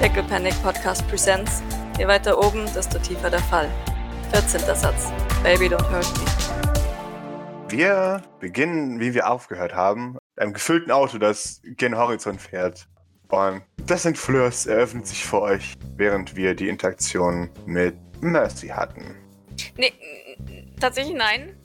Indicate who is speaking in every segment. Speaker 1: Pickle Panic Podcast Presents. Je weiter oben, desto tiefer der Fall. 14. Satz. Baby, don't hurt me.
Speaker 2: Wir beginnen, wie wir aufgehört haben, mit einem gefüllten Auto, das gen Horizont fährt. Und das sind Fleurs eröffnet sich vor euch, während wir die Interaktion mit Mercy hatten.
Speaker 1: Nee, n- tatsächlich nein.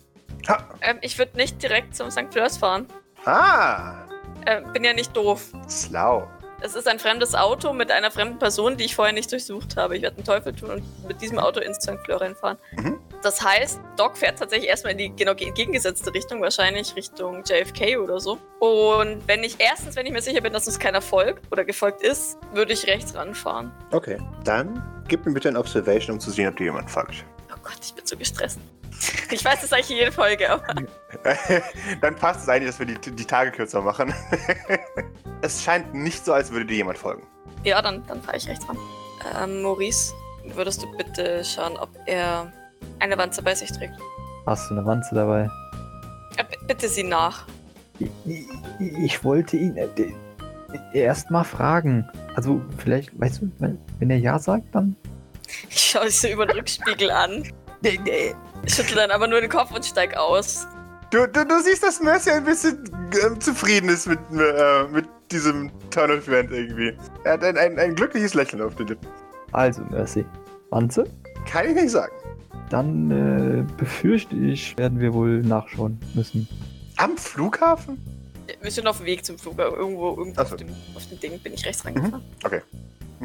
Speaker 2: Ha.
Speaker 1: Ähm, ich würde nicht direkt zum St. Fleurs fahren.
Speaker 2: Ah,
Speaker 1: Ähm, bin ja nicht doof.
Speaker 2: Slau.
Speaker 1: Es ist ein fremdes Auto mit einer fremden Person, die ich vorher nicht durchsucht habe. Ich werde einen Teufel tun und mit diesem Auto ins St. Fleur reinfahren.
Speaker 2: Mhm.
Speaker 1: Das heißt, Doc fährt tatsächlich erstmal in die genau ge- entgegengesetzte Richtung, wahrscheinlich Richtung JFK oder so. Und wenn ich erstens, wenn ich mir sicher bin, dass uns keiner folgt oder gefolgt ist, würde ich rechts ranfahren.
Speaker 2: Okay, dann gib mir bitte ein Observation, um zu sehen, ob dir jemand folgt.
Speaker 1: Oh Gott, ich bin so gestresst. Ich weiß das eigentlich jede Folge, aber
Speaker 2: dann passt es eigentlich, dass wir die, die Tage kürzer machen. es scheint nicht so, als würde dir jemand folgen.
Speaker 1: ja, dann, dann fahre ich rechts ran. Ähm, Maurice, würdest du bitte schauen, ob er eine Wanze bei sich trägt?
Speaker 3: Hast du eine Wanze dabei?
Speaker 1: Äh, b- Bitte sie nach.
Speaker 3: Ich, ich, ich wollte ihn äh, d- erst mal fragen. Also vielleicht, weißt du, wenn wenn er ja sagt, dann...
Speaker 1: Ich schaue dich so über den Rückspiegel an, schüttle dann aber nur den Kopf und steig aus.
Speaker 2: Du, du, du siehst, dass Mercy ein bisschen ähm, zufrieden ist mit, äh, mit diesem Turn of Event irgendwie. Er hat ein, ein, ein glückliches Lächeln auf den Lippen.
Speaker 3: Also, Mercy. Wanze?
Speaker 2: Kann ich nicht sagen.
Speaker 3: Dann äh, befürchte ich, werden wir wohl nachschauen müssen.
Speaker 2: Am Flughafen?
Speaker 1: Wir sind auf dem Weg zum Flug, aber irgendwo, irgendwo
Speaker 2: Ach so. Mhm.
Speaker 1: auf, dem, auf dem Ding bin ich rechts rangefahren.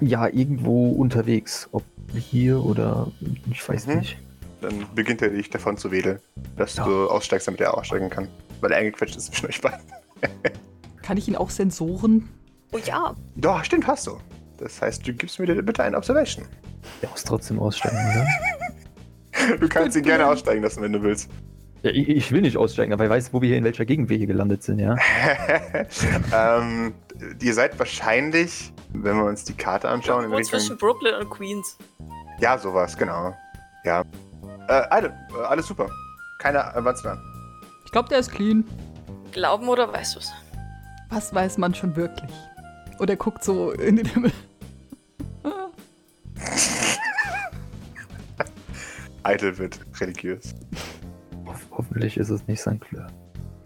Speaker 3: Ja, irgendwo unterwegs. Ob hier oder... Ich weiß
Speaker 2: Mhm.
Speaker 3: nicht.
Speaker 2: Dann beginnt er dich davon zu wedeln, dass
Speaker 3: Ja.
Speaker 2: du aussteigst, damit er aussteigen kann. Weil er eingequetscht ist zwischen euch beiden.
Speaker 4: Kann ich ihn auch sensoren?
Speaker 1: Oh ja,
Speaker 2: Doch, stimmt, hast du. Das heißt, du gibst mir bitte einen Observation.
Speaker 3: Der muss trotzdem aussteigen, oder?
Speaker 2: Du kannst ihn gerne aussteigen lassen, wenn du willst.
Speaker 3: Ja, ich, ich will nicht aussteigen, aber ich weiß, wo wir hier in welcher Gegend wir hier gelandet sind, ja?
Speaker 2: ähm, ihr seid wahrscheinlich, wenn wir uns die Karte anschauen, in
Speaker 1: irgendwo
Speaker 2: Richtung.
Speaker 1: zwischen Brooklyn und Queens.
Speaker 2: Ja, sowas, genau. Ja. Äh, alle, äh, alles super. Keine äh, Wanzen an.
Speaker 4: Ich glaube, der ist clean.
Speaker 1: Glauben oder weißt du es?
Speaker 4: Was weiß man schon wirklich? Oder guckt so in den Himmel.
Speaker 2: Eitel wird religiös.
Speaker 3: Hoff- hoffentlich ist es nicht St. Clair.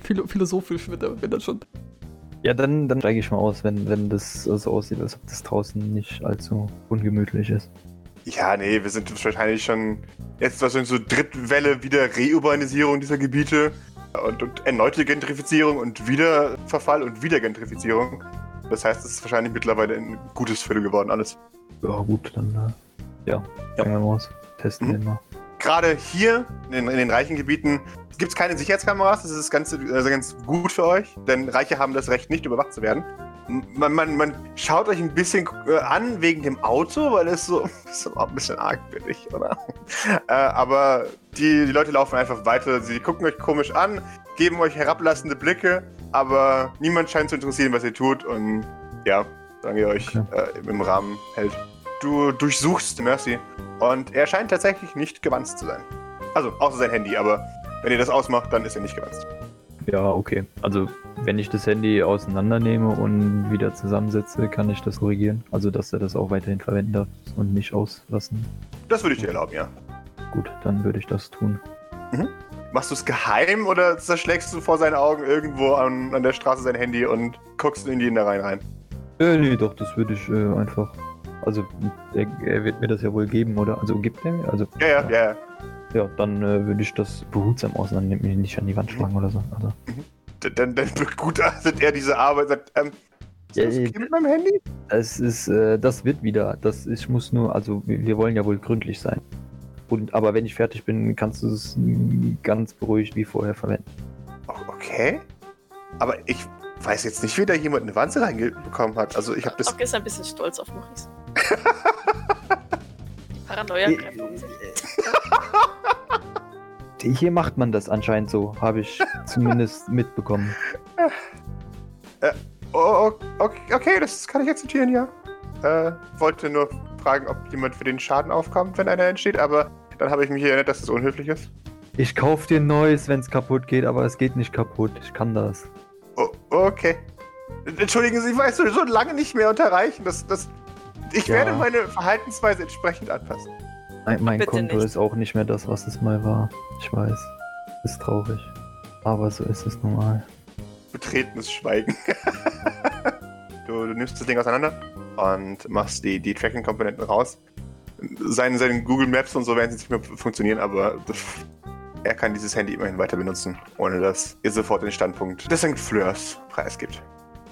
Speaker 4: Philo philosophisch wird er, wird er schon.
Speaker 3: Ja, dann, dann steige ich mal aus, wenn, wenn das so aussieht, als ob das draußen nicht allzu ungemütlich ist.
Speaker 2: Ja, nee, wir sind wahrscheinlich schon jetzt wahrscheinlich so Drittwelle wieder Reurbanisierung dieser Gebiete und, und erneute Gentrifizierung und wieder Verfall und wieder Gentrifizierung. Das heißt, es ist wahrscheinlich mittlerweile ein gutes Viertel geworden, alles.
Speaker 3: Ja, gut, dann. Äh, ja, steigen wir mal aus. Testen
Speaker 2: Mhm.
Speaker 3: wir mal.
Speaker 2: Gerade hier in, den- in den reichen Gebieten gibt es keine Sicherheitskameras, das ist ganz, also ganz gut für euch, denn Reiche haben das Recht, nicht überwacht zu werden. M- Man, man, man schaut euch ein bisschen äh, an wegen dem Auto, weil es so ist aber auch ein bisschen arg bin ich, oder? Äh, aber die, die Leute laufen einfach weiter, sie gucken euch komisch an, geben euch herablassende Blicke, aber niemand scheint zu interessieren, was ihr tut und ja, solange ihr euch
Speaker 3: Okay.
Speaker 2: äh, im Rahmen hält. Du durchsuchst Mercy und er scheint tatsächlich nicht gewanzt zu sein. Also, außer sein Handy, aber wenn ihr das ausmacht, dann ist er nicht gewanzt.
Speaker 3: Ja, okay. Also, wenn ich das Handy auseinandernehme und wieder zusammensetze, kann ich das korrigieren. Also, dass er das auch weiterhin verwenden darf und nicht auslassen.
Speaker 2: Das würde ich dir erlauben, ja.
Speaker 3: Gut, dann würde ich das tun.
Speaker 2: Machst du es geheim oder zerschlägst du vor seinen Augen irgendwo an, an der Straße sein Handy und guckst in die in der Reihe rein?
Speaker 3: Äh, nee, doch, das würde ich äh, einfach. Also, er, er wird mir das ja wohl geben, oder? Also, gibt er mir? Also,
Speaker 2: Ja, ja, ja, ja.
Speaker 3: Ja, dann äh, würde ich das behutsam auseinandernehmen, mich nicht an die Wand schlagen oder so. Also,
Speaker 2: D- Dann, dann begutachtet er diese Arbeit und sagt, ähm, ist
Speaker 3: Ja,
Speaker 2: das
Speaker 3: ja.
Speaker 2: okay mit meinem Handy?
Speaker 3: es ist, äh, das wird wieder. Das, ich muss nur, also wir, wir wollen ja wohl gründlich sein. Und aber wenn ich fertig bin, kannst du es mm, ganz beruhigt wie vorher verwenden.
Speaker 2: O- Oh, Okay. Aber ich weiß jetzt nicht, wie da jemand eine Wanze reingekommen hat. Also ich habe das...
Speaker 1: Doc ist ein bisschen stolz auf Maurice. Die Paranoia
Speaker 3: Äh,
Speaker 1: greift um sich.
Speaker 3: Hier macht man das anscheinend so, habe ich zumindest mitbekommen.
Speaker 2: Oh, okay, okay, das kann ich akzeptieren, ja. Äh, wollte nur fragen, ob jemand für den Schaden aufkommt, wenn einer entsteht, aber dann habe ich mich erinnert, dass das unhöflich ist.
Speaker 3: Ich kauf dir ein neues, wenn es kaputt geht, aber es geht nicht kaputt. Ich kann das.
Speaker 2: Oh, O- okay. Entschuldigen Sie, ich weiß so lange nicht mehr unterreichen. Das, das, Ich
Speaker 3: Ja.
Speaker 2: werde meine Verhaltensweise entsprechend anpassen.
Speaker 3: Mein, mein
Speaker 1: Bitte
Speaker 3: Konto
Speaker 1: nicht.
Speaker 3: ist auch nicht mehr das, was es mal war. Ich weiß. Ist traurig. Aber so ist es normal.
Speaker 2: Betretenes Schweigen. du, du nimmst das Ding auseinander und machst die, die Tracking-Komponenten raus. Seine, seine Google Maps und so werden jetzt nicht mehr funktionieren, aber pff, er kann dieses Handy immerhin weiter benutzen, ohne dass ihr sofort den Standpunkt des St. Fleurs preisgibt.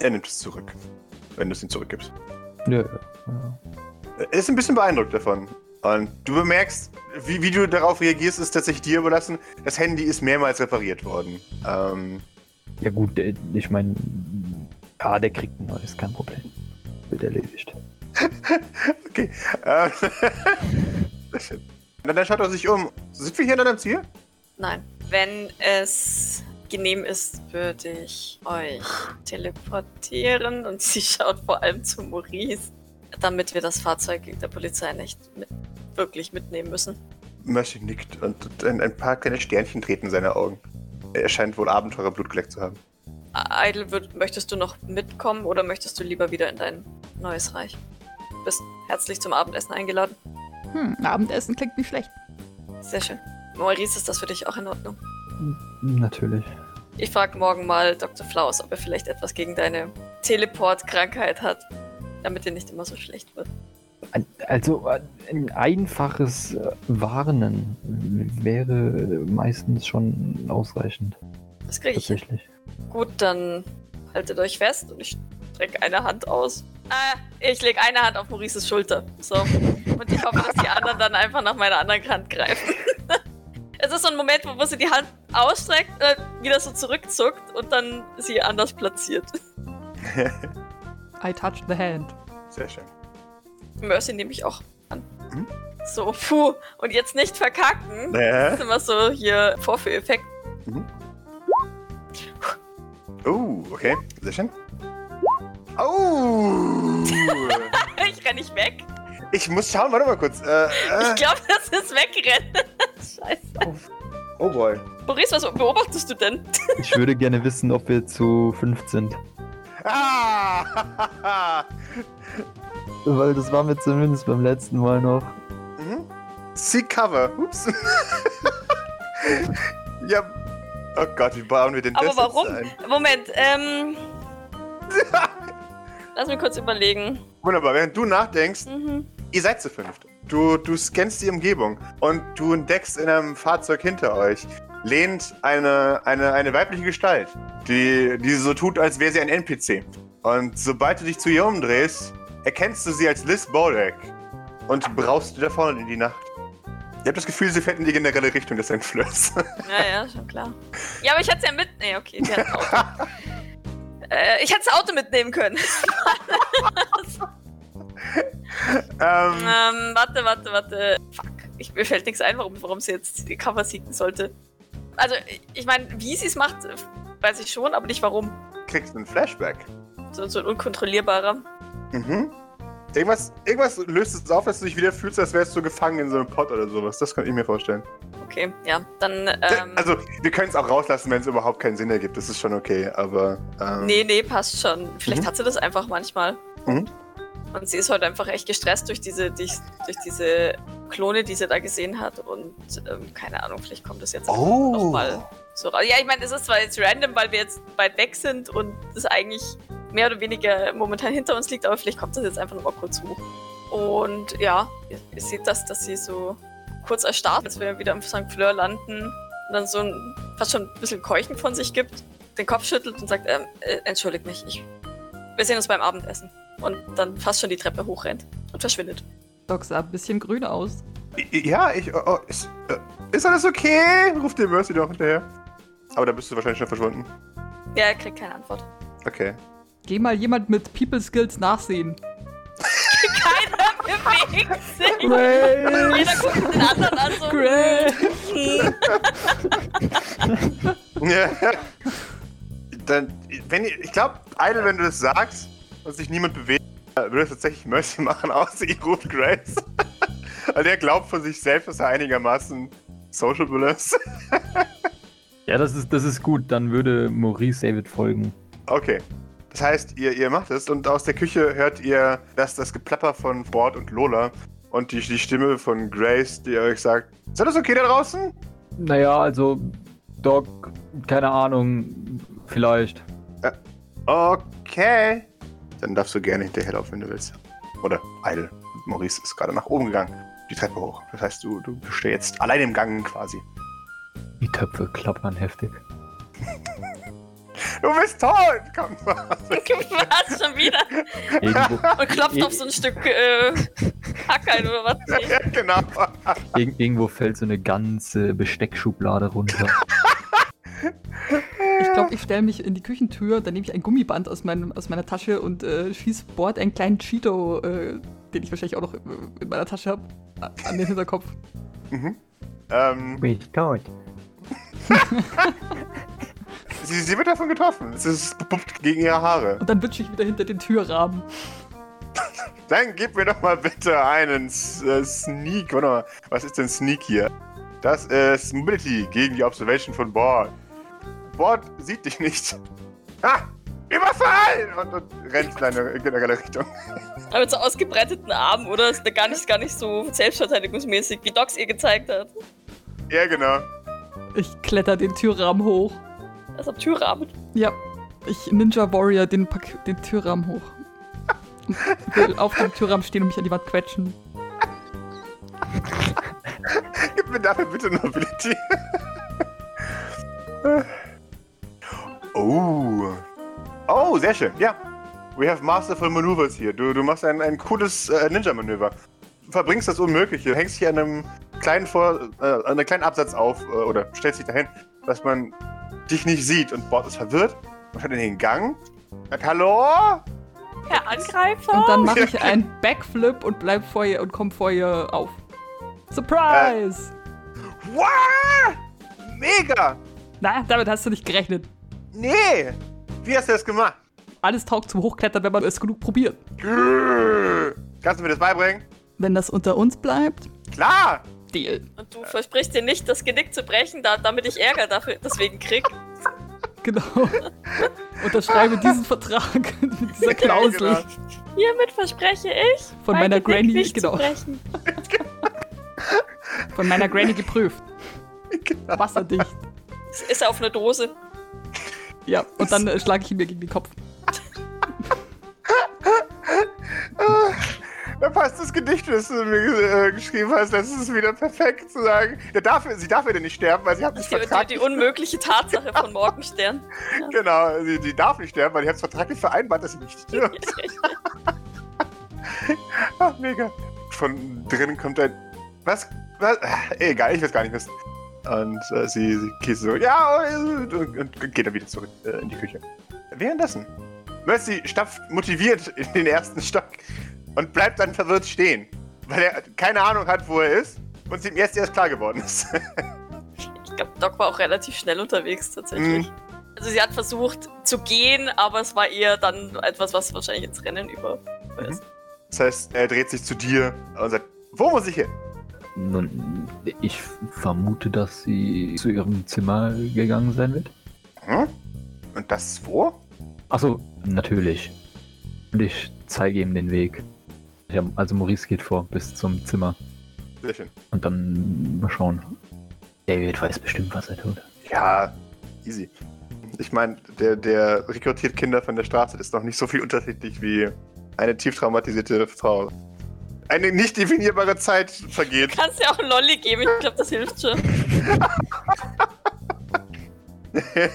Speaker 2: Er nimmt es zurück, wenn du es ihm zurückgibst.
Speaker 3: Ja, ja, ja.
Speaker 2: Er ist ein bisschen beeindruckt davon. Und du bemerkst, wie, wie du darauf reagierst, ist tatsächlich dir überlassen. Das Handy ist mehrmals repariert worden. Ähm,
Speaker 3: ja gut, der, ich meine, ja, der kriegt ein neues, kein Problem. Wird erledigt.
Speaker 2: äh, Na, dann schaut er sich um. Sind wir hier an einem Ziel?
Speaker 1: Nein. Wenn es genehm ist, würde ich euch teleportieren und sie schaut vor allem zu Maurice, damit wir das Fahrzeug der Polizei nicht mit, wirklich mitnehmen müssen.
Speaker 2: Mercy nickt und ein, ein paar kleine Sternchen treten in seine Augen. Er scheint wohl Abenteurer Blut geleckt zu haben.
Speaker 1: Idle, würd, möchtest du noch mitkommen oder möchtest du lieber wieder in dein neues Reich? Du bist herzlich zum Abendessen eingeladen.
Speaker 4: Hm, Abendessen klingt nicht schlecht.
Speaker 1: Sehr schön. Maurice, ist das für dich auch in Ordnung?
Speaker 3: Natürlich.
Speaker 1: Ich frage morgen mal Dr. Flaus, ob er vielleicht etwas gegen deine Teleport-Krankheit hat, damit dir nicht immer so schlecht wird.
Speaker 3: Ein- Also äh, ein einfaches äh, Warnen wäre äh, meistens schon ausreichend.
Speaker 1: Das kriege ich. hin.
Speaker 3: Tatsächlich.
Speaker 1: Gut, dann haltet euch fest und ich strecke eine Hand aus. Ah, ich lege eine Hand auf Maurices Schulter. So. Und ich hoffe, dass die anderen dann einfach nach meiner anderen Hand greifen. es ist so ein Moment, wo wo sie die Hand ausstreckt, äh, wieder so zurückzuckt und dann sie anders platziert.
Speaker 4: I touched the hand.
Speaker 2: Sehr schön.
Speaker 1: Mercy nehme ich auch an.
Speaker 2: Mhm.
Speaker 1: So, puh. Und jetzt nicht verkacken. Das
Speaker 2: Äh?
Speaker 1: ist immer so hier Vorführeffekt.
Speaker 2: Oh, okay. Sehr schön. Oh!
Speaker 1: Ich renne nicht weg.
Speaker 2: ich muss schauen, warte mal kurz. Äh,
Speaker 1: Ich
Speaker 2: äh,
Speaker 1: glaube, das ist wegrennen. Scheiße.
Speaker 2: oh boy.
Speaker 1: Maurice, was beobachtest du denn?
Speaker 3: Ich würde gerne wissen, ob wir zu fünf sind.
Speaker 2: Ah!
Speaker 3: Weil das waren wir zumindest beim letzten Mal noch.
Speaker 2: Mhm. Seek cover. Ups. ja. Oh Gott, wie bauen wir denn
Speaker 1: Aber
Speaker 2: das
Speaker 1: warum?
Speaker 2: jetzt ein?
Speaker 1: Moment, ähm. Lass mich kurz überlegen.
Speaker 2: Wunderbar, während du nachdenkst,
Speaker 1: Mhm.
Speaker 2: ihr seid zu fünft. Du, du scannst die Umgebung und du entdeckst in einem Fahrzeug hinter euch lehnt eine, eine, eine weibliche Gestalt, die, die so tut, als wäre sie ein NPC. Und sobald du dich zu ihr umdrehst, erkennst du sie als Liz Bolek und braust du davon in die Nacht. Ich habe das Gefühl, sie fährt in die generelle Richtung des Ähm, Entflörs.
Speaker 1: Ja, ja, schon klar. Ja, aber ich hätte es ja mit. Nee, okay, die hat ein Auto. äh, ich hätte das Auto mitnehmen können.
Speaker 2: ähm,
Speaker 1: ähm, warte, warte, warte. Fuck. Ich, mir fällt nichts ein, warum, warum sie jetzt die Cover siegen sollte. Also, ich meine, wie sie es macht, weiß ich schon, aber nicht warum.
Speaker 2: kriegst einen Flashback.
Speaker 1: So, so ein unkontrollierbarer.
Speaker 2: Mhm. Irgendwas, irgendwas löst es auf, dass du dich wieder fühlst, als wärst du gefangen in so einem Pott oder sowas. Das kann ich mir vorstellen.
Speaker 1: Okay, ja. Dann. Ähm,
Speaker 2: also, wir können es auch rauslassen, wenn es überhaupt keinen Sinn ergibt. Das ist schon okay, aber. Ähm,
Speaker 1: Nee, nee, passt schon. Vielleicht
Speaker 2: Mhm.
Speaker 1: hat sie das einfach manchmal.
Speaker 2: Mhm.
Speaker 1: Und sie ist heute einfach echt gestresst durch diese, durch, durch diese Klone, die sie da gesehen hat. Und ähm, keine Ahnung, vielleicht kommt das jetzt
Speaker 2: Oh.
Speaker 1: nochmal so raus. Ja, ich meine, es ist zwar jetzt random, weil wir jetzt weit weg sind und es eigentlich mehr oder weniger momentan hinter uns liegt, aber vielleicht kommt das jetzt einfach nochmal kurz hoch. Und ja, ihr, ihr seht das, dass sie so kurz erstarrt, als wir wieder im St. Fleur landen und dann so ein fast schon ein bisschen Keuchen von sich gibt, den Kopf schüttelt und sagt, ähm, äh, entschuldigt mich, ich, wir sehen uns beim Abendessen. Und dann fast schon die Treppe hochrennt und verschwindet.
Speaker 4: Doc sah ein bisschen grün aus.
Speaker 2: Ja, ich. Oh, oh, ist, äh, ist alles okay? Ruft dir Mercy doch hinterher. Aber da bist du wahrscheinlich schon verschwunden.
Speaker 1: Ja, er kriegt keine Antwort.
Speaker 2: Okay.
Speaker 4: Geh mal jemand mit People Skills nachsehen.
Speaker 1: Keiner bewegt sich.
Speaker 3: Grace!
Speaker 1: Jeder guckt den anderen an so. hm.
Speaker 2: Dann, wenn ihr, ich glaube, Idle, wenn du das sagst und sich niemand bewegt, äh, würde es tatsächlich Mercy machen, außer ihr ruft Grace. Weil der glaubt von sich selbst, dass er einigermaßen sociable ist.
Speaker 3: Ja, das ist, das ist gut. Dann würde Maurice David folgen.
Speaker 2: Okay. Das heißt, ihr, ihr macht es und aus der Küche hört ihr das, das Geplapper von Bord und Lola und die, die Stimme von Grace, die euch sagt, ist alles okay da draußen?
Speaker 3: Naja, also, Doc, keine Ahnung, vielleicht.
Speaker 2: Okay. Dann darfst du gerne hinterherlaufen, wenn du willst. Oder Eidel. Maurice ist gerade nach oben gegangen. Die Treppe hoch. Das heißt, du, du bist jetzt allein im Gang quasi.
Speaker 3: Die Töpfe klappern heftig.
Speaker 2: Du bist tot! Komm,
Speaker 1: Was? Schon wieder?
Speaker 3: Irgendwo,
Speaker 1: Und klopft auf so ein Stück äh, Hackein oder was?
Speaker 2: ja, genau.
Speaker 3: irg irgendwo fällt so eine ganze Besteckschublade runter.
Speaker 4: Ich glaube, ich stelle mich in die Küchentür, dann nehme ich ein Gummiband aus, meinem, aus meiner Tasche und äh, schieße Bord einen kleinen Cheeto, äh, den ich wahrscheinlich auch noch äh, in meiner Tasche habe, an den Hinterkopf.
Speaker 2: Mhm. Ähm,
Speaker 3: Bin ich tot.
Speaker 2: sie, sie wird davon getroffen. Es ist bepuppt gegen ihre Haare.
Speaker 4: Und dann wünsche ich wieder hinter den Türrahmen.
Speaker 2: Dann gib mir doch mal bitte einen S äh, Sneak. Warte mal, was ist denn Sneak hier? Das ist Mobility gegen die Observation von Bord. Bord sieht dich nicht. Ah! Überfall! Und, und rennt in eine in eine andere Richtung.
Speaker 1: Aber mit so ausgebreiteten Armen, oder? Ist da gar nicht, gar nicht so selbstverteidigungsmäßig, wie Docs ihr gezeigt hat.
Speaker 2: Ja, genau.
Speaker 4: Ich kletter den Türrahmen hoch.
Speaker 1: Also am Türrahmen.
Speaker 4: Ja, ich Ninja Warrior den, Pak den Türrahmen hoch. Und will auf dem Türrahmen stehen und mich an die Wand quetschen.
Speaker 2: Gib mir dafür bitte Nobility. oh. Oh, sehr schön. Ja. We have masterful maneuvers hier. Du, du machst ein, ein cooles äh, Ninja-Manöver. Verbringst das Unmögliche. Hängst dich an einem kleinen, Vor äh, an einem kleinen Absatz auf äh, oder stellst dich dahin, dass man dich nicht sieht. Und Bord ist verwirrt. Man schaut in den Gang. Sagt, hallo?
Speaker 1: Herr Angreifer?
Speaker 4: Und dann mache ich einen Backflip und bleib vor ihr und komm vor ihr auf. Surprise!
Speaker 2: Wow! Mega!
Speaker 4: Na, damit hast du nicht gerechnet.
Speaker 2: Nee! Wie hast du das gemacht?
Speaker 4: Alles taugt zum Hochklettern, wenn man es genug probiert.
Speaker 2: Grrr. Kannst du mir das beibringen?
Speaker 4: Wenn das unter uns bleibt,
Speaker 2: Klar!
Speaker 4: Deal.
Speaker 1: Und du versprichst dir nicht, das Genick zu brechen, da, damit ich Ärger dafür, deswegen krieg.
Speaker 4: Genau. Unterschreibe diesen Vertrag mit dieser
Speaker 2: Genau,
Speaker 4: Klausel.
Speaker 2: Ja,
Speaker 1: Hiermit verspreche ich,
Speaker 4: Von
Speaker 1: mein
Speaker 4: meiner
Speaker 1: Genick
Speaker 4: Granny,
Speaker 1: nicht
Speaker 4: genau.
Speaker 1: zu brechen.
Speaker 4: Von meiner Granny geprüft. Wasserdicht.
Speaker 1: Es ist auf einer Dose.
Speaker 4: Ja, und dann äh, schlage ich ihn mir gegen den Kopf.
Speaker 2: Da passt das Gedicht, das du mir äh, geschrieben hast. Das ist wieder perfekt zu sagen. Der darf, sie darf ja nicht sterben, weil sie hat
Speaker 1: Das ist
Speaker 2: nicht
Speaker 1: die, die,
Speaker 2: vertraglich.
Speaker 1: die unmögliche Tatsache von Morgenstern.
Speaker 2: Genau, sie, die darf nicht sterben, weil ich hab's vertraglich vereinbart, dass sie nicht stirbt. Ach, Ah, mega. Von drinnen kommt ein. Was? was? Ach, Egal, ich will's gar nicht wissen. Und äh, sie, sie geht so, ja, äh, und, und geht dann wieder zurück äh, in die Küche. Währenddessen. Mercy stapft motiviert in den ersten Stock und bleibt dann verwirrt stehen, weil er keine Ahnung hat, wo er ist und es ihm jetzt erst klar geworden ist.
Speaker 1: Ich glaube, Doc war auch relativ schnell unterwegs tatsächlich. Also sie hat versucht zu gehen, aber es war eher dann etwas, was wahrscheinlich ins Rennen über.
Speaker 2: Das heißt, er dreht sich zu dir und sagt, wo muss ich hin?
Speaker 3: Nun, ich vermute, dass sie zu ihrem Zimmer gegangen sein wird.
Speaker 2: Hm? Und das wo?
Speaker 3: Achso, natürlich. Und ich zeige ihm den Weg. Ja, also Maurice geht vor bis zum Zimmer.
Speaker 2: Sehr schön.
Speaker 3: Und dann mal schauen. David weiß bestimmt, was er tut.
Speaker 2: Ja, easy. Ich meine, der, der rekrutiert Kinder von der Straße ist noch nicht so viel unterschiedlich wie eine tief traumatisierte Frau. Eine nicht definierbare Zeit vergeht.
Speaker 1: Kannst ja auch einen Lolli geben, ich glaube, das hilft schon.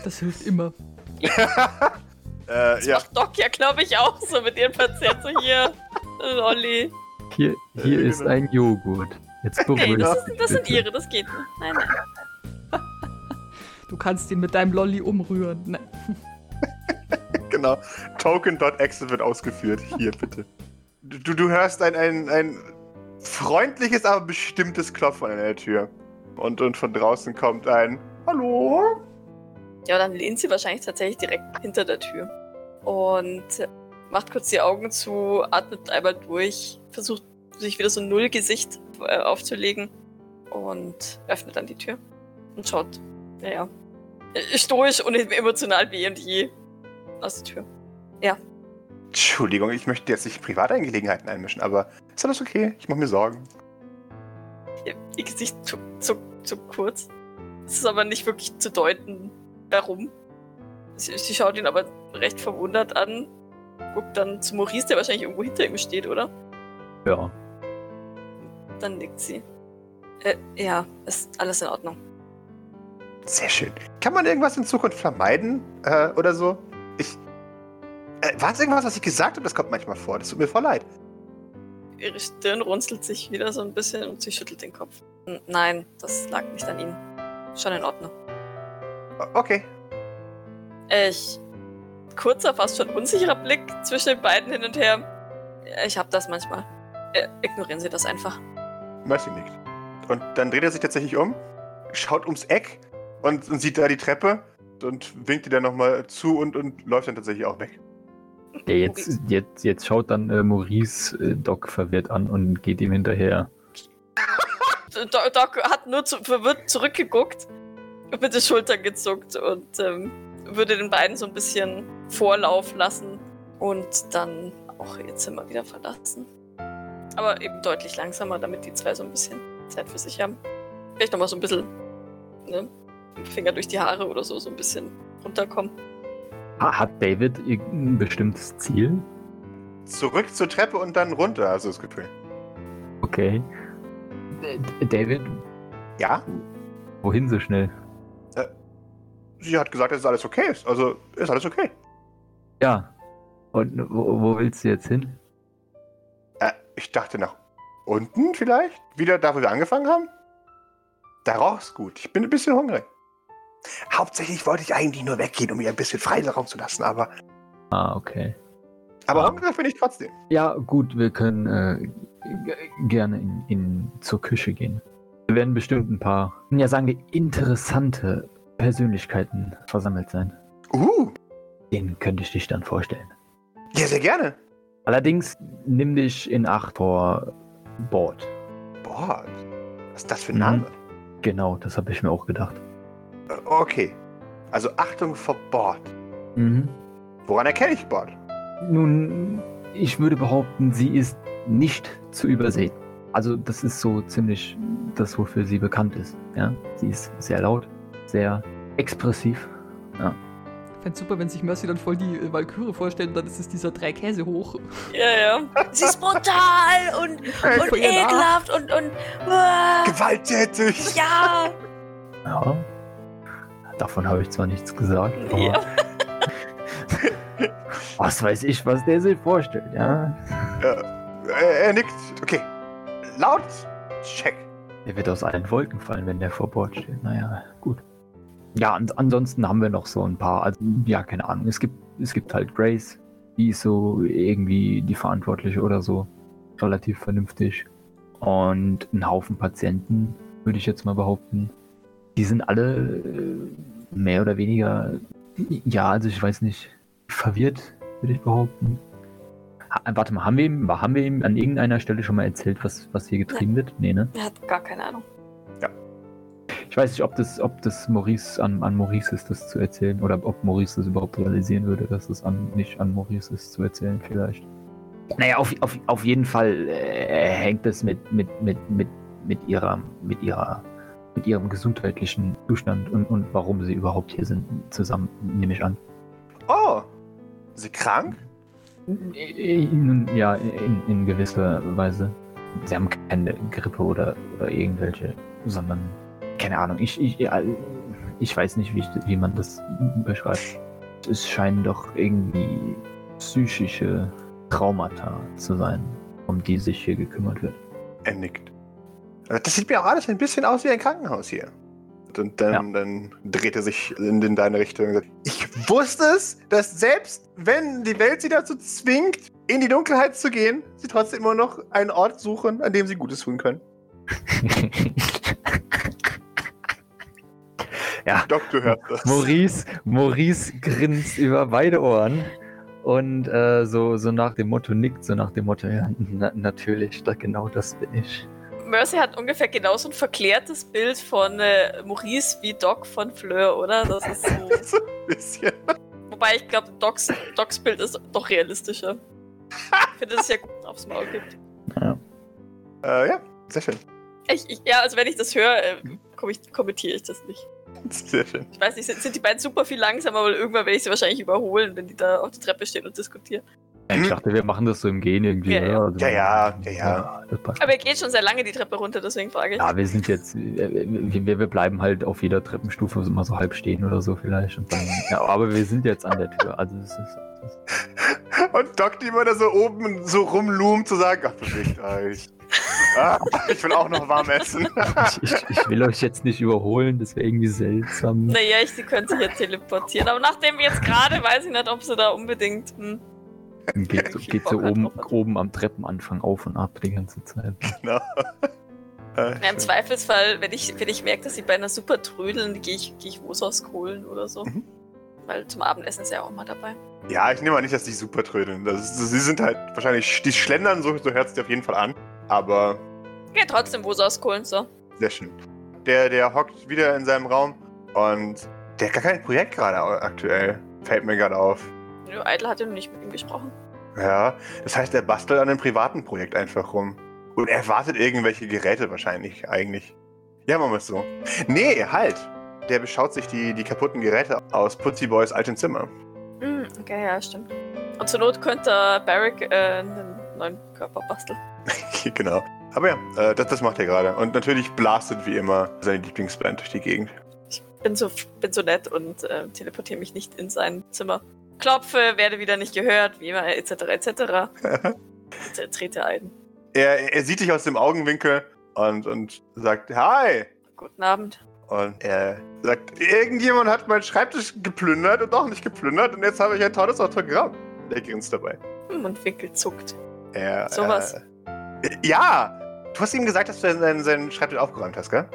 Speaker 4: Das hilft immer.
Speaker 2: Äh,
Speaker 1: Das
Speaker 2: ja,
Speaker 1: macht Doc ja, glaube ich, auch so mit ihren Patienten hier. Lolli.
Speaker 3: Hier, hier
Speaker 2: Äh,
Speaker 3: ist
Speaker 2: genau.
Speaker 3: ein Joghurt. Jetzt
Speaker 1: Nee,
Speaker 3: beruhigt
Speaker 1: das, ist, das sind
Speaker 3: bitte.
Speaker 1: ihre, das geht nicht. Nein, nein.
Speaker 4: Du kannst ihn mit deinem Lolli umrühren. Ne?
Speaker 2: genau. Token.exe wird ausgeführt. Hier, bitte. Du, du hörst ein, ein, ein freundliches, aber bestimmtes Klopfen an der Tür. Und, und von draußen kommt ein Hallo?
Speaker 1: Ja, dann lehnt sie wahrscheinlich tatsächlich direkt hinter der Tür. Und macht kurz die Augen zu, atmet einmal durch, versucht sich wieder so ein Nullgesicht äh, aufzulegen und öffnet dann die Tür und schaut, naja, äh, stoisch und emotional wie eh und je aus der Tür. Ja.
Speaker 2: Entschuldigung, ich möchte jetzt nicht private Angelegenheiten einmischen, aber ist alles okay? Ich mache mir Sorgen.
Speaker 1: Ihr Gesicht zuckt zu, zu kurz. Es ist aber nicht wirklich zu deuten, warum. Sie, sie schaut ihn aber recht verwundert an, guckt dann zu Maurice, der wahrscheinlich irgendwo hinter ihm steht, oder?
Speaker 3: Ja.
Speaker 1: Dann nickt sie. Äh, ja, ist alles in Ordnung.
Speaker 2: Sehr schön. Kann man irgendwas in Zukunft vermeiden äh, oder so? Ich. Äh, War es irgendwas, was ich gesagt habe? Das kommt manchmal vor. Das tut mir voll leid.
Speaker 1: Ihre Stirn runzelt sich wieder so ein bisschen und sie schüttelt den Kopf. N- Nein, das lag nicht an Ihnen. Schon in Ordnung.
Speaker 2: O- Okay.
Speaker 1: Ich. Kurzer, fast schon unsicherer Blick zwischen den beiden hin und her. Ich hab das manchmal. Äh, ignorieren Sie das einfach.
Speaker 2: Mercy nickt. Und dann dreht er sich tatsächlich um, schaut ums Eck und, und sieht da die Treppe und winkt ihr dann nochmal zu und, und läuft dann tatsächlich auch weg.
Speaker 3: Ja, jetzt, jetzt, jetzt schaut dann äh, Maurice äh, Doc verwirrt an und geht ihm hinterher.
Speaker 1: Doc, Doc hat nur zu, verwirrt zurückgeguckt, mit den Schultern gezuckt und ähm, würde den beiden so ein bisschen Vorlauf lassen und dann auch ihr Zimmer wieder verlassen. Aber eben deutlich langsamer, damit die zwei so ein bisschen Zeit für sich haben. Vielleicht nochmal so ein bisschen ne, Finger durch die Haare oder so, so ein bisschen runterkommen.
Speaker 3: Ha, Ah, hat David irgendein bestimmtes Ziel?
Speaker 2: Zurück zur Treppe und dann runter, hast du das Gefühl.
Speaker 3: Okay. D- D- David,
Speaker 2: Ja,
Speaker 3: wohin so schnell?
Speaker 2: sie hat gesagt, dass alles okay ist. Also ist alles okay.
Speaker 3: Ja. Und wo, wo willst du jetzt hin?
Speaker 2: Äh, ich dachte nach unten vielleicht? Wieder da, wo wir angefangen haben? Da roch's gut. Ich bin ein bisschen hungrig. Hauptsächlich wollte ich eigentlich nur weggehen, um ihr ein bisschen Freiraum zu lassen, aber,
Speaker 3: Ah, okay.
Speaker 2: aber
Speaker 3: Ah.
Speaker 2: hungrig bin ich trotzdem.
Speaker 3: Ja, gut, wir können äh, g- gerne in, in, zur Küche gehen. Wir werden bestimmt ein paar, ja sagen wir, interessante Persönlichkeiten versammelt sein.
Speaker 2: Uh,
Speaker 3: Den könnte ich dich dann vorstellen.
Speaker 2: ja, sehr gerne.
Speaker 3: Allerdings nimm dich in Acht vor Bord.
Speaker 2: Boah, was ist das für ein
Speaker 3: Mhm.
Speaker 2: Name?
Speaker 3: Genau, das habe ich mir auch gedacht.
Speaker 2: Äh, Okay. Also Achtung vor Bord.
Speaker 3: Mhm.
Speaker 2: Woran erkenne ich Bord?
Speaker 3: Nun, ich würde behaupten, sie ist nicht zu übersehen. Also das ist so ziemlich das, wofür sie bekannt ist. Ja? Sie ist sehr laut, sehr expressiv.
Speaker 4: Fände super, wenn sich Mercy dann voll die äh, Walküre vorstellt und dann ist es dieser drei Käse hoch.
Speaker 1: Ja, ja. Sie ist brutal und, und
Speaker 4: voll Halt ihr nach.
Speaker 1: ekelhaft und, und uah,
Speaker 2: Gewalttätig!
Speaker 1: Ah. ja.
Speaker 3: Ja. Davon habe ich zwar nichts gesagt, aber
Speaker 1: Ja.
Speaker 3: was weiß ich, was der sich vorstellt. Ja?
Speaker 2: Äh, er nickt. Okay. Laut. Check.
Speaker 3: Der wird aus allen Wolken fallen, wenn der vor Bord steht. Naja, gut. Ja, und ansonsten haben wir noch so ein paar. Also, ja, keine Ahnung. Es gibt, es gibt halt Grace. Die ist so irgendwie die Verantwortliche oder so. Relativ vernünftig. Und ein Haufen Patienten, würde ich jetzt mal behaupten. Die sind alle äh, mehr oder weniger, ja, also ich weiß nicht, verwirrt, würde ich behaupten. Ha, warte mal, haben wir, ihm, haben wir ihm an irgendeiner Stelle schon mal erzählt, was, was hier getrieben wird? Nee, ne?
Speaker 1: Er hat gar keine Ahnung.
Speaker 3: Ich weiß nicht, ob das, ob das Maurice an, an Maurice ist, das zu erzählen. Oder ob Maurice das überhaupt realisieren würde, dass es an, nicht an Maurice ist, zu erzählen, vielleicht. Naja, auf, auf, auf jeden Fall äh, hängt das mit, mit, mit, mit, mit, ihrer, mit, ihrer, mit ihrem gesundheitlichen Zustand und, und warum sie überhaupt hier sind, zusammen, nehme ich an.
Speaker 2: Oh. Ist sie krank?
Speaker 3: In, Äh, ja, in, in gewisser Weise. Sie haben keine Grippe oder, oder irgendwelche, sondern keine Ahnung. Ich, ich, ja, ich weiß nicht, wie, ich, wie man das beschreibt. Es scheinen doch irgendwie psychische Traumata zu sein, um die sich hier gekümmert wird.
Speaker 2: Er nickt. Äh, Das sieht mir auch alles ein bisschen aus wie ein Krankenhaus hier. Und dann, dann dreht er sich in, in deine Richtung und sagt, ich wusste es, dass selbst wenn die Welt sie dazu zwingt, in die Dunkelheit zu gehen, sie trotzdem immer noch einen Ort suchen, an dem sie Gutes tun können. Doch, du hörst das.
Speaker 3: Maurice, Maurice grinst über beide Ohren und äh, so, so nach dem Motto nickt, so nach dem Motto, ja, na, natürlich, da, genau das bin ich.
Speaker 1: Mercy hat ungefähr genauso ein verklärtes Bild von äh, Maurice wie Doc von Fleur, oder? Das ist so.
Speaker 2: Bisschen.
Speaker 1: Wobei ich glaube, Docs, Docs Bild ist doch realistischer. ich finde, dass es ja gut aufs Maul gibt.
Speaker 3: Ja.
Speaker 2: Äh, ja, sehr schön.
Speaker 1: Ich, ich, ja, also wenn ich das höre, äh, komm ich, kommentiere ich das nicht.
Speaker 2: Sehr schön.
Speaker 1: Ich weiß nicht, sind, sind die beiden super viel langsamer, aber irgendwann werde ich sie wahrscheinlich überholen, wenn die da auf der Treppe stehen und diskutieren.
Speaker 3: Ich dachte, wir machen das so im Gehen irgendwie.
Speaker 1: Ja, ja.
Speaker 3: oder? Also,
Speaker 2: Mhm. Ja, ja, ja, ja.
Speaker 3: das passt.
Speaker 1: Aber ihr geht schon sehr lange die Treppe runter, deswegen frage ich.
Speaker 3: Ja, wir sind jetzt, äh, wir, wir- wir bleiben halt auf jeder Treppenstufe immer so halb stehen oder so vielleicht. Und dann, ja, aber wir sind jetzt an der Tür. Also es ist,
Speaker 2: Und Doc, die immer da so oben so rumloomt, zu sagen, ach, bewegt euch. Ah, ich will auch noch warm essen.
Speaker 3: ich, ich, ich will euch jetzt nicht überholen, das wäre irgendwie seltsam.
Speaker 1: Naja, ich, sie können sich ja teleportieren. Aber nachdem wir jetzt gerade, weiß ich nicht, ob sie da unbedingt. Hm.
Speaker 3: Dann geht so, geht so
Speaker 1: Bock hat
Speaker 3: oben,
Speaker 1: drauf.
Speaker 3: oben am Treppenanfang auf und ab die ganze Zeit.
Speaker 2: Genau. Äh,
Speaker 1: Ja, Im Zweifelsfall, wenn ich, wenn ich merke, dass sie bei einer super trödeln, gehe ich, geh ich Wosos holen oder so.
Speaker 2: Mhm.
Speaker 1: Weil zum Abendessen ist er auch mal dabei.
Speaker 2: Ja, ich nehme an nicht, dass die super trödeln. Das, ist- sie sind halt wahrscheinlich, die schlendern, so, so hört es dir auf jeden Fall an. Aber
Speaker 1: Geh trotzdem Wosos holen, so.
Speaker 2: sehr schön. Der, der hockt wieder in seinem Raum und der hat gar kein Projekt gerade au- aktuell. Fällt mir gerade auf.
Speaker 1: Nö, Eitel hat ja noch nicht mit ihm gesprochen.
Speaker 2: Ja, das heißt, er bastelt an einem privaten Projekt einfach rum. Und er wartet irgendwelche Geräte wahrscheinlich eigentlich. Ja, machen wir es so. Nee, halt! Der beschaut sich die, die kaputten Geräte aus Putzy Boys altem Zimmer.
Speaker 1: Hm, okay, ja, stimmt. Und zur Not könnte Barrick äh, einen neuen Körper basteln.
Speaker 2: genau. Aber ja, äh, das, das macht er gerade. Und natürlich blastet wie immer seine Lieblingsband durch die Gegend.
Speaker 1: Bin so, bin so nett und äh, teleportiere mich nicht in sein Zimmer. Klopfe, werde wieder nicht gehört, wie immer, etc., etc. Jetzt äh, trete ein.
Speaker 2: Er, er sieht dich aus dem Augenwinkel und, und sagt, Hi!
Speaker 1: Guten Abend.
Speaker 2: Und er sagt, irgendjemand hat meinen Schreibtisch geplündert und auch nicht geplündert und jetzt habe ich ein tolles Autogramm. Der grinst dabei.
Speaker 1: Hm, und Winkel zuckt.
Speaker 2: Er,
Speaker 1: Sowas.
Speaker 2: Äh, ja! Du hast ihm gesagt, dass du seinen, seinen Schreibtisch aufgeräumt hast, gell?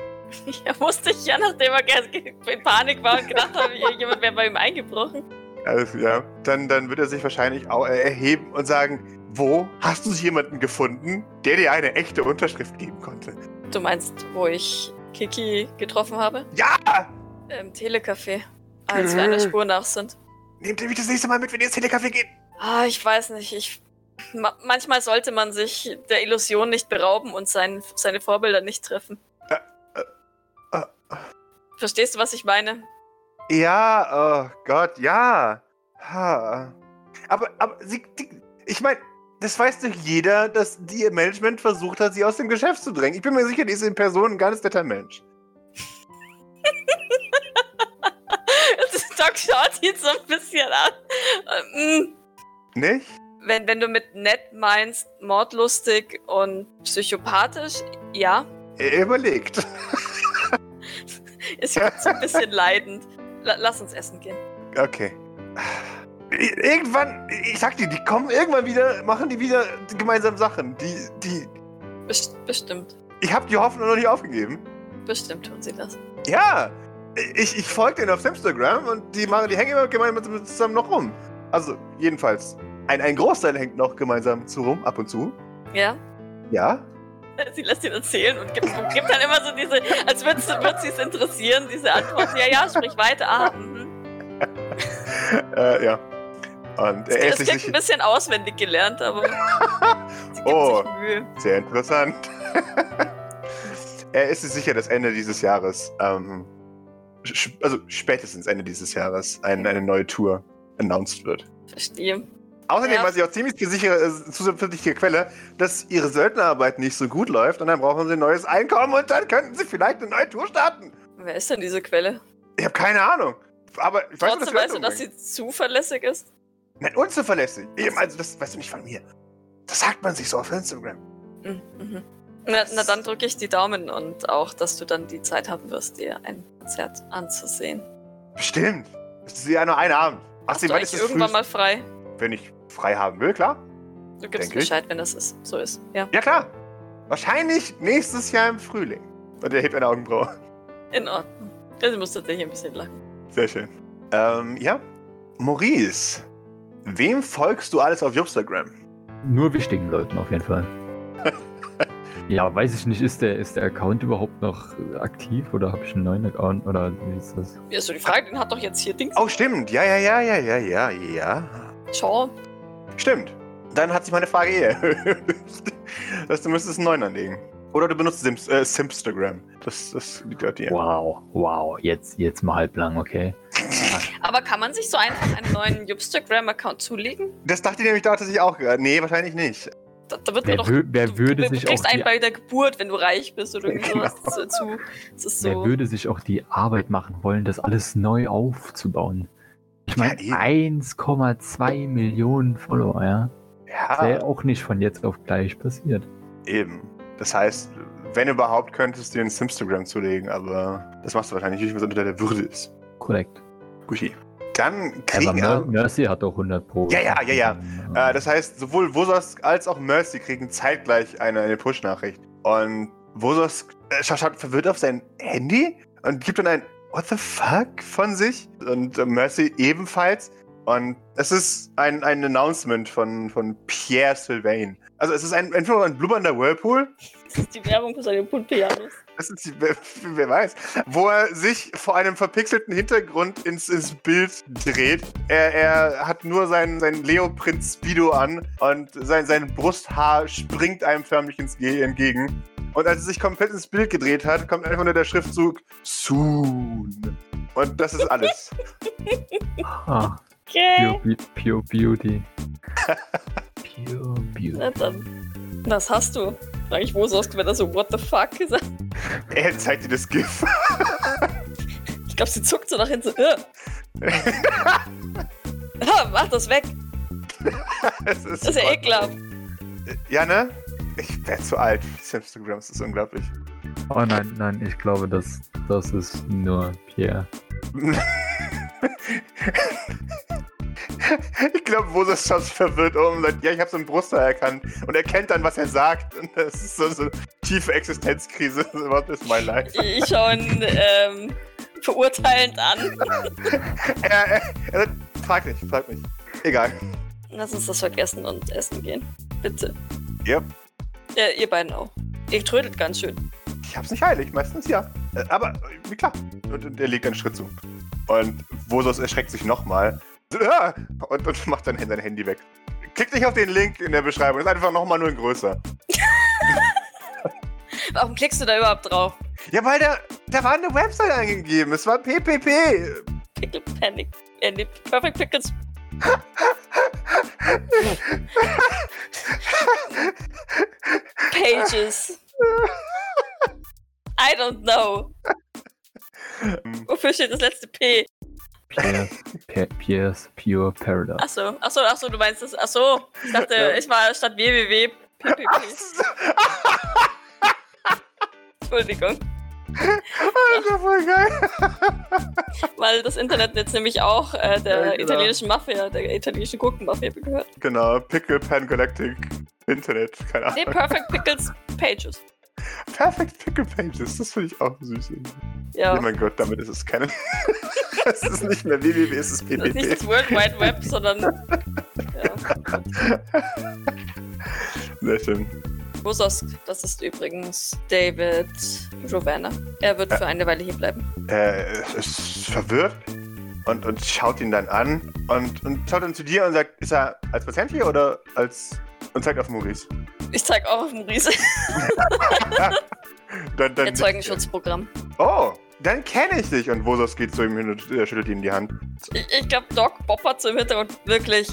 Speaker 1: Ja, wusste ich ja, nachdem er ge- ge- in Panik war und gedacht habe, jemand wäre bei ihm eingebrochen.
Speaker 2: Alles, Also, ja. Dann, dann wird er sich wahrscheinlich auch äh, erheben und sagen, wo hast du jemanden gefunden, der dir eine echte Unterschrift geben konnte?
Speaker 1: Du meinst, wo ich Kiki getroffen habe?
Speaker 2: Ja!
Speaker 1: Im Telecafé. Ah, Als wir einer Spur nach sind.
Speaker 2: Nehmt ihr mich das nächste Mal mit, wenn ihr ins Telecafé geht?
Speaker 1: Ah, ich weiß nicht. Ich, ma manchmal sollte man sich der Illusion nicht berauben und sein, seine Vorbilder nicht treffen.
Speaker 2: Äh, äh, äh.
Speaker 1: Verstehst du, was ich meine?
Speaker 2: Ja, oh Gott, ja. Ha. Aber, aber sie, die, ich meine, das weiß doch jeder, dass die ihr Management versucht hat, sie aus dem Geschäft zu drängen. Ich bin mir sicher, die ist in Person ein ganz netter Mensch.
Speaker 1: Doc schaut ihn so ein bisschen an. Ähm, mm.
Speaker 2: Nicht?
Speaker 1: Wenn, wenn du mit nett meinst, mordlustig und psychopathisch, ja,
Speaker 2: Er überlegt.
Speaker 1: ist jetzt ein bisschen leidend. La lass uns essen gehen.
Speaker 2: Okay. I- Irgendwann, ich sag dir, die kommen irgendwann wieder, machen die wieder gemeinsam Sachen. Die, die,
Speaker 1: Best bestimmt,
Speaker 2: ich habe die Hoffnung noch nicht aufgegeben.
Speaker 1: bestimmt tun sie das.
Speaker 2: Ja, ich, ich folge denen auf Instagram und die machen, die hängen immer gemeinsam zusammen noch rum. Also, jedenfalls, ein, ein Großteil hängt noch gemeinsam zu rum, ab und zu.
Speaker 1: Ja?
Speaker 2: Ja.
Speaker 1: Sie lässt ihn erzählen und gibt, und gibt dann immer so diese, als würde würd sie es interessieren, diese Antwort. Ja, ja, sprich weiter. Ah, mhm.
Speaker 2: Äh, ja.
Speaker 1: Es
Speaker 2: Und er ist sich
Speaker 1: klingt ein
Speaker 2: sicher-
Speaker 1: bisschen auswendig gelernt, aber sie gibt
Speaker 2: Oh.
Speaker 1: sich Mühe.
Speaker 2: sehr interessant. er ist sich sicher, dass Ende dieses Jahres, ähm, sch- also spätestens Ende dieses Jahres, ein, eine neue Tour announced wird.
Speaker 1: Verstehe.
Speaker 2: Außerdem
Speaker 1: Ja.
Speaker 2: weiß ich auch ziemlich sichere, äh, zusätzliche Quelle, dass ihre Söldnerarbeit nicht so gut läuft und dann brauchen sie ein neues Einkommen und dann könnten sie vielleicht eine neue Tour starten.
Speaker 1: Wer ist denn diese Quelle?
Speaker 2: Ich habe keine Ahnung. Aber ich weiß, nur,
Speaker 1: Trotzdem
Speaker 2: wir
Speaker 1: weißt du, dass
Speaker 2: Lösungen
Speaker 1: sie zuverlässig ist?
Speaker 2: bringen. Nein, unzuverlässig. Eben, also, das weißt du nicht von mir. Das sagt man sich so auf Instagram.
Speaker 1: Mhm, Mhm. Na, na dann drücke ich die Daumen und auch, dass du dann die Zeit haben wirst, dir ein Konzert anzusehen.
Speaker 2: Bestimmt. Es ist ja nur ein Abend.
Speaker 1: Hast
Speaker 2: Außerdem,
Speaker 1: du
Speaker 2: wann ist
Speaker 1: eigentlich
Speaker 2: das
Speaker 1: irgendwann
Speaker 2: frühest-
Speaker 1: mal frei?
Speaker 2: Wenn ich frei haben will, klar.
Speaker 1: Du gibst
Speaker 2: Denke ich.
Speaker 1: Bescheid, wenn das ist, so ist. Ja,
Speaker 2: Ja, klar. Wahrscheinlich nächstes Jahr im Frühling. Und er hebt eine Augenbraue.
Speaker 1: in Ordnung. Also musst tatsächlich ein bisschen lachen.
Speaker 2: Sehr schön. Ähm, ja. Maurice, wem folgst du alles auf Instagram?
Speaker 3: Nur wichtigen Leuten auf jeden Fall. Ja, weiß ich nicht. Ist der, ist der Account überhaupt noch äh, aktiv oder habe ich einen neuen Account oder wie ist das?
Speaker 1: Ja, so die Frage, den hat doch jetzt hier Dings.
Speaker 2: Oh, stimmt. Ja, ja, ja, ja, ja, ja, ja.
Speaker 1: Schau.
Speaker 2: Stimmt. Dann hat sich meine Frage eh erhöht. Das, du müsstest einen neuen anlegen. Oder du benutzt Sims, äh, Simpstagram. Das, das liegt ja dir.
Speaker 3: Wow, wow. Jetzt, jetzt mal halblang, okay.
Speaker 1: Aber kann man sich so einfach einen neuen Instagram-Account zulegen?
Speaker 2: Das dachte ich nämlich, dachte ich auch gerade. Nee, wahrscheinlich nicht.
Speaker 1: Da, da wird
Speaker 3: Wer
Speaker 1: man doch.
Speaker 3: wür- wer
Speaker 1: du,
Speaker 3: würde
Speaker 1: du,
Speaker 3: sich
Speaker 1: du kriegst
Speaker 3: auch
Speaker 1: einen
Speaker 3: die- Genau.
Speaker 1: bei der Geburt, wenn du reich bist oder irgendwie sowas dazu. Das ist
Speaker 3: Wer
Speaker 1: so.
Speaker 3: würde sich auch die Arbeit machen wollen, das alles neu aufzubauen? Ich meine,
Speaker 2: Ja,
Speaker 3: 1,2 Millionen Follower, ja.
Speaker 2: Ja,
Speaker 3: Wäre auch nicht von jetzt auf gleich passiert.
Speaker 2: eben. Das heißt, wenn überhaupt, könntest du dir ein Simstagram zulegen, aber das machst du wahrscheinlich nicht, weil es unter der Würde ist.
Speaker 3: Korrekt.
Speaker 2: Guti. Dann
Speaker 3: Aber
Speaker 2: kriegen
Speaker 3: Mer
Speaker 2: wir.
Speaker 3: Mercy hat doch 100 Pro.
Speaker 2: Ja, ja, ja, ja. Äh, das heißt, sowohl Vosos als auch Mercy kriegen zeitgleich eine, eine Push-Nachricht. Und Vosos äh, scha- schaut verwirrt auf sein Handy und gibt dann ein What the fuck von sich. Und äh, Mercy ebenfalls. Und es ist ein, ein Announcement von, von Pierre Sylvain. Also es ist ein, einfach nur ein blubbernder Whirlpool.
Speaker 1: Das ist die Werbung für seine Pulpianus.
Speaker 2: Das ist, die- wer, wer weiß. Wo er sich vor einem verpixelten Hintergrund ins, ins Bild dreht. Er, er hat nur seinen, seinen Leoprint Speedo an und sein, sein Brusthaar springt einem förmlich ins Ge entgegen. Und als er sich komplett ins Bild gedreht hat, kommt einfach nur der Schriftzug Soon. Und das ist alles.
Speaker 3: Ah,
Speaker 1: Okay.
Speaker 3: pure, Be- pure Beauty. pure Beauty.
Speaker 1: Na dann. Was hast du? Frag ich Wososk, wenn er so What the fuck gesagt
Speaker 2: er zeigt dir das GIF.
Speaker 1: Ich glaube, sie zuckt so nach hinten. so, äh. Ah, Mach das weg.
Speaker 2: Es ist
Speaker 1: Das ist ja ekelhaft.
Speaker 2: Ja, ne? Ich werde zu alt. Instagrams ist unglaublich.
Speaker 3: Oh nein, nein, ich glaube, das, das ist nur Pierre.
Speaker 2: Ich glaube, Moses schaut sich verwirrt um und sagt, ja, ich habe so einen Bruster erkannt. Und er kennt dann, was er sagt. Und das ist so, so eine tiefe Existenzkrise. What is my life?
Speaker 1: Ich schaue ihn ähm, verurteilend an.
Speaker 2: Er, er, er sagt, frag mich, frag mich. Egal.
Speaker 1: Lass uns das vergessen und essen gehen. Bitte.
Speaker 2: Yep.
Speaker 1: Ja, ihr beiden auch. Ihr trödelt ganz schön.
Speaker 2: Ich hab's nicht heilig, meistens ja. Äh, Aber, äh, wie klar. Und, und er legt einen Schritt zu. Und Vosos erschreckt sich nochmal. Ah! Und, und macht dann sein Handy weg. Klickt nicht auf den Link in der Beschreibung. Ist einfach nochmal nur in größer.
Speaker 1: Warum klickst du da überhaupt drauf?
Speaker 2: Ja, weil da, da war eine Website angegeben. Es war PPP.
Speaker 1: Pickle Panic. Äh, nee, Perfect Pickles. Pages. I don't know. Wofür steht das letzte P?
Speaker 3: Pierre, Pierre, Pierre's Pure Paradise.
Speaker 1: Achso, achso, achso, du meinst das. Achso, ich dachte,
Speaker 2: Ja.
Speaker 1: ich war statt www. PPP. Entschuldigung.
Speaker 2: Das war voll geil.
Speaker 1: Weil das Internet jetzt nämlich auch äh, der
Speaker 2: Ja, genau.
Speaker 1: italienischen Mafia, der italienischen Gurkenmafia gehört.
Speaker 2: Genau, Pickle Pan Galactic Internet, keine Ahnung.
Speaker 1: Nee, Perfect Pickles Pages.
Speaker 2: Perfect Pickle Pages, das finde ich auch süß. irgendwie. Oh
Speaker 1: Ja.
Speaker 2: mein Gott, damit ist es keine. es ist nicht mehr www, es ist
Speaker 1: Das ist nicht das
Speaker 2: ppp.
Speaker 1: World Wide Web, sondern. Ja.
Speaker 2: Sehr schön.
Speaker 1: Bososk, das ist übrigens David Rovana. Er wird für eine Weile hier bleiben.
Speaker 2: Äh, es ist verwirrt und, und schaut ihn dann an und, und schaut dann zu dir und sagt, ist er als Patient hier oder als. Und zeigt auf Maurice.
Speaker 1: Ich zeig auch auf dem Riese.
Speaker 2: Dann, dann
Speaker 1: Ihr Zeugenschutzprogramm.
Speaker 2: Oh, dann kenne ich dich. Und Vosos geht zu ihm hin und äh, schüttelt ihm die Hand.
Speaker 1: Ich, ich glaube, Doc boppert so im Hintergrund wirklich.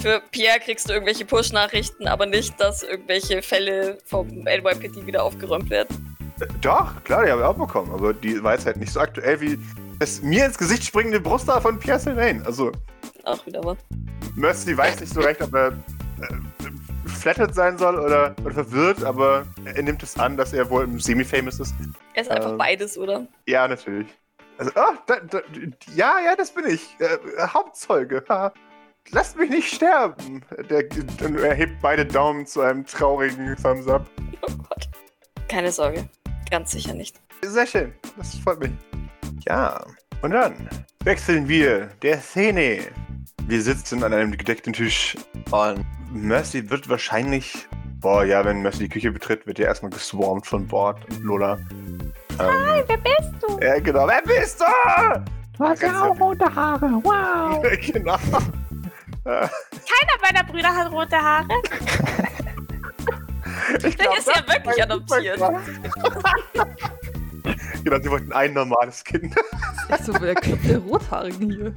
Speaker 1: Für Pierre kriegst du irgendwelche Push-Nachrichten, aber nicht, dass irgendwelche Fälle vom NYPD wieder aufgeräumt werden.
Speaker 2: Doch, klar, die habe ich auch bekommen, aber die war jetzt halt nicht so aktuell wie das mir ins Gesicht springende Bruster von Pierre Sylvain. Also,
Speaker 1: Auch wieder was.
Speaker 2: Mercy weiß nicht so recht, ob er äh, flattered sein soll oder, oder verwirrt, aber er nimmt es an, dass er wohl im Semi-Famous ist.
Speaker 1: Er ist einfach
Speaker 2: Ähm.
Speaker 1: beides, oder?
Speaker 2: Ja, natürlich. Also, ah, da, da, ja, ja, das bin ich. Äh, Hauptzeuge. Ha. Lasst mich nicht sterben. Der, und er hebt beide Daumen zu einem traurigen Thumbs Up.
Speaker 1: Oh Gott. Keine Sorge. Ganz sicher nicht.
Speaker 2: Sehr schön, das freut mich. Ja, und dann wechseln wir der Szene. Wir sitzen an einem gedeckten Tisch und Mercy wird wahrscheinlich Boah, ja, wenn Messi die Küche betritt, wird er erstmal geswarmt von Bord und Lola. Ähm,
Speaker 5: Wer bist du?
Speaker 2: ja, genau. Wer bist du?
Speaker 3: Du hast ja auch rote Haare. Wow.
Speaker 2: genau.
Speaker 5: Einer meiner Brüder hat rote Haare.
Speaker 2: Ich
Speaker 1: Vielleicht ist er ja wirklich
Speaker 2: adoptiert.
Speaker 1: adoptiert.
Speaker 2: genau, sie wollten ein normales Kind.
Speaker 4: Echt so, wer kriegt der Rothaarigen hier?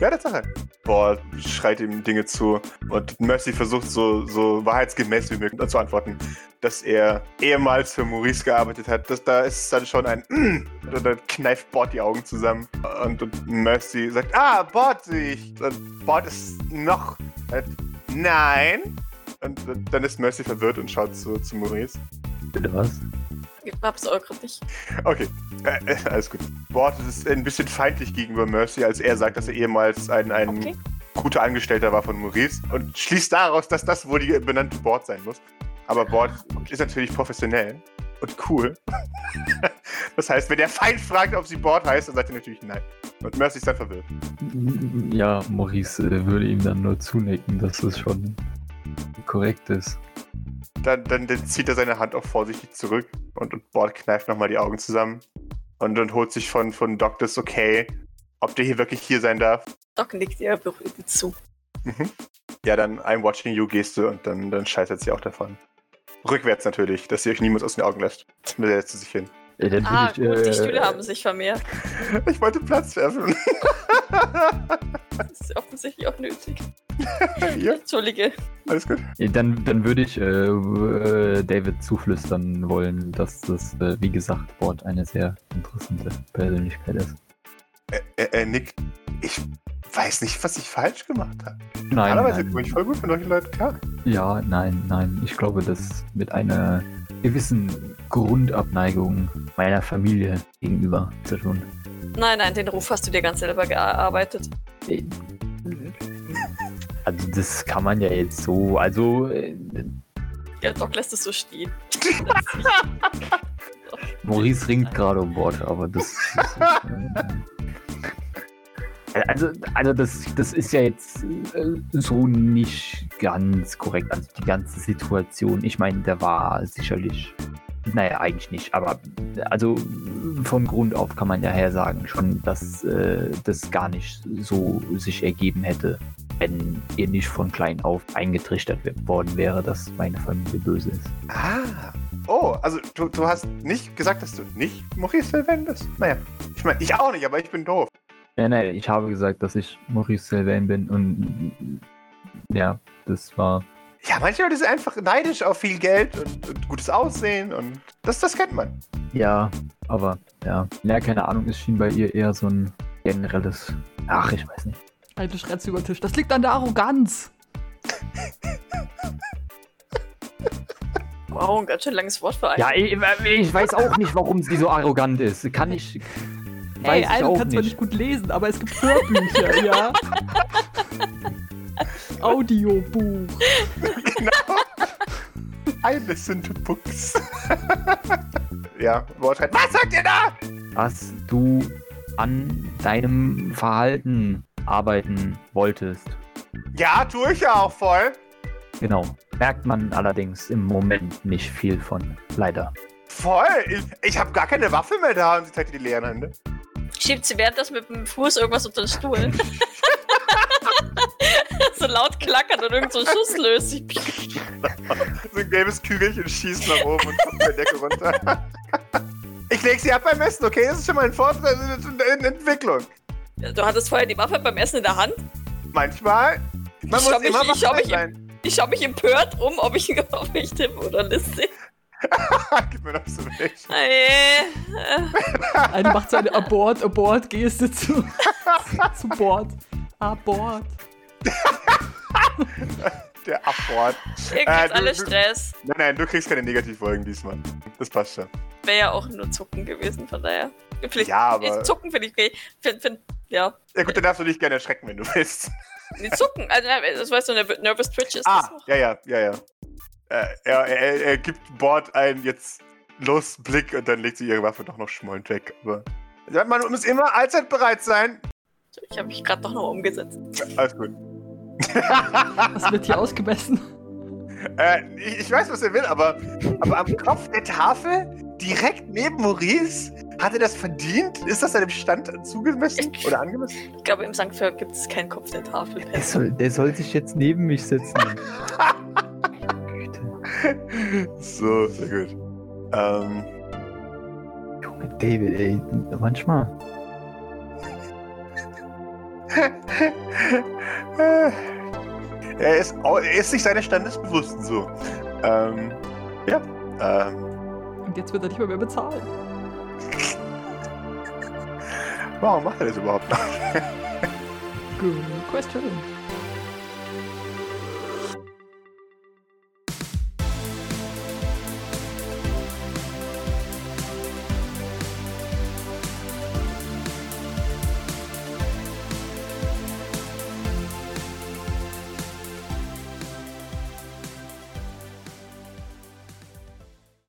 Speaker 2: Ja, Tatsache. Boah, schreit ihm Dinge zu. Und Mercy versucht so, so wahrheitsgemäß wie möglich zu antworten, dass er ehemals für Maurice gearbeitet hat. Das, da ist dann schon ein mm, und dann kneift Bord die Augen zusammen. Und, und Mercy sagt, ah, Bord, sehe ich. Und Bord ist noch. äh, Nein. Und und dann ist Mercy verwirrt und schaut zu, zu Maurice.
Speaker 3: Bitte was?
Speaker 1: Ich hab's auch grad nicht.
Speaker 2: Okay, äh, äh, alles gut. Bord ist ein bisschen feindlich gegenüber Mercy, als er sagt, dass er ehemals ein, ein
Speaker 5: Okay.
Speaker 2: guter Angestellter war von Maurice und schließt daraus, dass das wohl die benannte Board sein muss. Aber Board ist natürlich professionell und cool. das heißt, wenn der Feind fragt, ob sie Board heißt, dann sagt er natürlich nein. Und Mercy ist dann verwirrt.
Speaker 3: Ja, Maurice äh, würde ihm dann nur zunicken, dass das schon korrekt ist.
Speaker 2: Dann, dann, dann zieht er seine Hand auch vorsichtig zurück und, und Board kneift nochmal die Augen zusammen und, und holt sich von, von Doctors okay, ob der hier wirklich hier sein darf.
Speaker 1: Doc nickt ihr beruhigend zu.
Speaker 2: Mhm. Ja, dann I'm watching you Geste und dann, dann scheitert sie auch davon. Rückwärts natürlich, dass sie euch niemals aus den Augen lässt. Dann setzt sie sich hin.
Speaker 3: Äh, dann
Speaker 1: Ah,
Speaker 3: will
Speaker 1: gut, die
Speaker 3: äh,
Speaker 1: Stühle haben sich vermehrt.
Speaker 2: Ich wollte Platz werfen.
Speaker 1: Das ist offensichtlich auch nötig.
Speaker 2: ja,
Speaker 1: Entschuldige.
Speaker 2: alles gut.
Speaker 3: äh, Dann, dann würde ich äh, äh, David zuflüstern wollen, dass das, äh, wie gesagt, Bord eine sehr interessante Persönlichkeit ist.
Speaker 2: Äh, äh, äh, Nick, ich weiß nicht, was ich falsch gemacht habe.
Speaker 3: Nein,
Speaker 2: Normalerweise
Speaker 3: nein.
Speaker 2: komme ich voll gut mit solchen Leuten klar.
Speaker 3: Ja, nein, nein. Ich glaube, dass mit einer gewissen Grundabneigung meiner Familie gegenüber zu tun.
Speaker 1: Nein, nein, den Ruf hast du dir ganz selber gearbeitet.
Speaker 3: Äh, Also das kann man ja jetzt so, also äh,
Speaker 1: Ja, Doc lässt es so stehen.
Speaker 3: Maurice ringt gerade um Bord, aber das ist, äh, also, also das, das ist ja jetzt äh, so nicht ganz korrekt, also die ganze Situation. Ich meine, der war sicherlich, naja, eigentlich nicht, aber also von Grund auf kann man daher sagen schon, dass äh, das gar nicht so sich ergeben hätte, wenn ihr nicht von klein auf eingetrichtert worden wäre, dass meine Familie böse ist.
Speaker 2: Ah. Oh, also du, du hast nicht gesagt, dass du nicht Maurice Sylvain bist. Naja, ich meine, ich auch nicht, aber ich bin doof.
Speaker 3: Nein, nein, ich habe gesagt, dass ich Maurice Sylvain bin und ja, das war.
Speaker 2: Ja, manche Leute sind einfach neidisch auf viel Geld und, und gutes Aussehen und das, das kennt man.
Speaker 3: Ja, aber ja. Ja, keine Ahnung, es schien bei ihr eher so ein generelles. Ach, ich weiß nicht.
Speaker 4: Alte schreit sie über den Tisch. Das liegt an der Arroganz.
Speaker 1: Wow, ein ganz schön langes Wort für einen.
Speaker 3: Ja, ich, ich weiß auch nicht, warum sie so arrogant ist. Kann ich.
Speaker 4: Ey,
Speaker 3: Weiß ich
Speaker 4: Aldo
Speaker 3: auch
Speaker 4: kann zwar nicht
Speaker 3: nicht.
Speaker 4: gut lesen, aber es gibt Hörbücher, ja. Audiobuch.
Speaker 2: I listen to books. ja, Wort halt. Was sagt ihr da?
Speaker 3: Dass du an deinem Verhalten arbeiten wolltest.
Speaker 2: Ja, tue ich ja auch voll.
Speaker 3: Genau. Merkt man allerdings im Moment nicht viel von. Leider.
Speaker 2: Voll. Ich, ich habe gar keine Waffe mehr da und sie zeigt dir die leeren Hände.
Speaker 1: Schiebt sie währenddessen mit dem Fuß irgendwas unter den Stuhl. so laut klackert und irgend so ein Schuss löst sich.
Speaker 2: So ein gelbes Kügelchen schießt nach oben und kommt der Decke runter. ich leg sie ab beim Essen, okay? Das ist schon mal ein Fortschritt in, in Entwicklung.
Speaker 1: Du hattest vorher die Waffe beim Essen in der Hand.
Speaker 2: Manchmal. Man
Speaker 1: Ich
Speaker 2: muss
Speaker 1: schau mich-
Speaker 2: immer
Speaker 1: ich schau
Speaker 2: wachsam
Speaker 1: mich-
Speaker 2: sein.
Speaker 1: Ich schaue mich empört um, ob ich, ob ich Tim oder Liz sehe.
Speaker 2: Gib mir das so nicht.
Speaker 1: Äh,
Speaker 4: Eine macht so eine Abort, Abort-Geste zu, zu Bord. Abort.
Speaker 2: Der Abwort.
Speaker 1: ihr kriegt
Speaker 2: Äh, du-
Speaker 1: alle
Speaker 2: du-
Speaker 1: Stress.
Speaker 2: Nein, nein, du kriegst keine Negativfolgen diesmal. Das passt schon.
Speaker 1: Wäre ja auch nur Zucken gewesen, von daher. Vielleicht
Speaker 2: Ja, aber.
Speaker 1: Ich- Zucken finde ich okay. Find, find, ja.
Speaker 2: Ja, gut, dann darfst du dich gerne erschrecken, wenn du willst.
Speaker 1: Nee, zucken. Also, nein, das weißt du, Nerv- Nervous Twitch ist das
Speaker 2: Ah,
Speaker 1: noch.
Speaker 2: ja, ja, ja, ja. Äh, er, er, er gibt Bord einen jetzt los Blick und dann legt sie ihre Waffe doch noch schmollend weg. Aber Ja, man muss immer allzeit bereit sein.
Speaker 1: Ich habe mich gerade doch noch umgesetzt.
Speaker 2: Alles gut.
Speaker 4: Was wird hier ausgemessen?
Speaker 2: Äh, ich, ich weiß, was er will, aber, aber am Kopf der Tafel, direkt neben Maurice, hat er das verdient? Ist das seinem Stand zugemessen oder angemessen?
Speaker 1: Ich glaube, im St. Philipp gibt es keinen Kopf der Tafel.
Speaker 3: Der soll, der soll sich jetzt neben mich setzen. Güte.
Speaker 2: So, sehr gut. Ähm,
Speaker 3: Junge, David, ey, manchmal.
Speaker 2: äh, er, ist, au- er ist sich seines Standes bewusst, so. Ähm, ja, ähm,
Speaker 4: Und jetzt wird er nicht mal mehr bezahlen.
Speaker 2: warum macht er das überhaupt?
Speaker 4: Good question.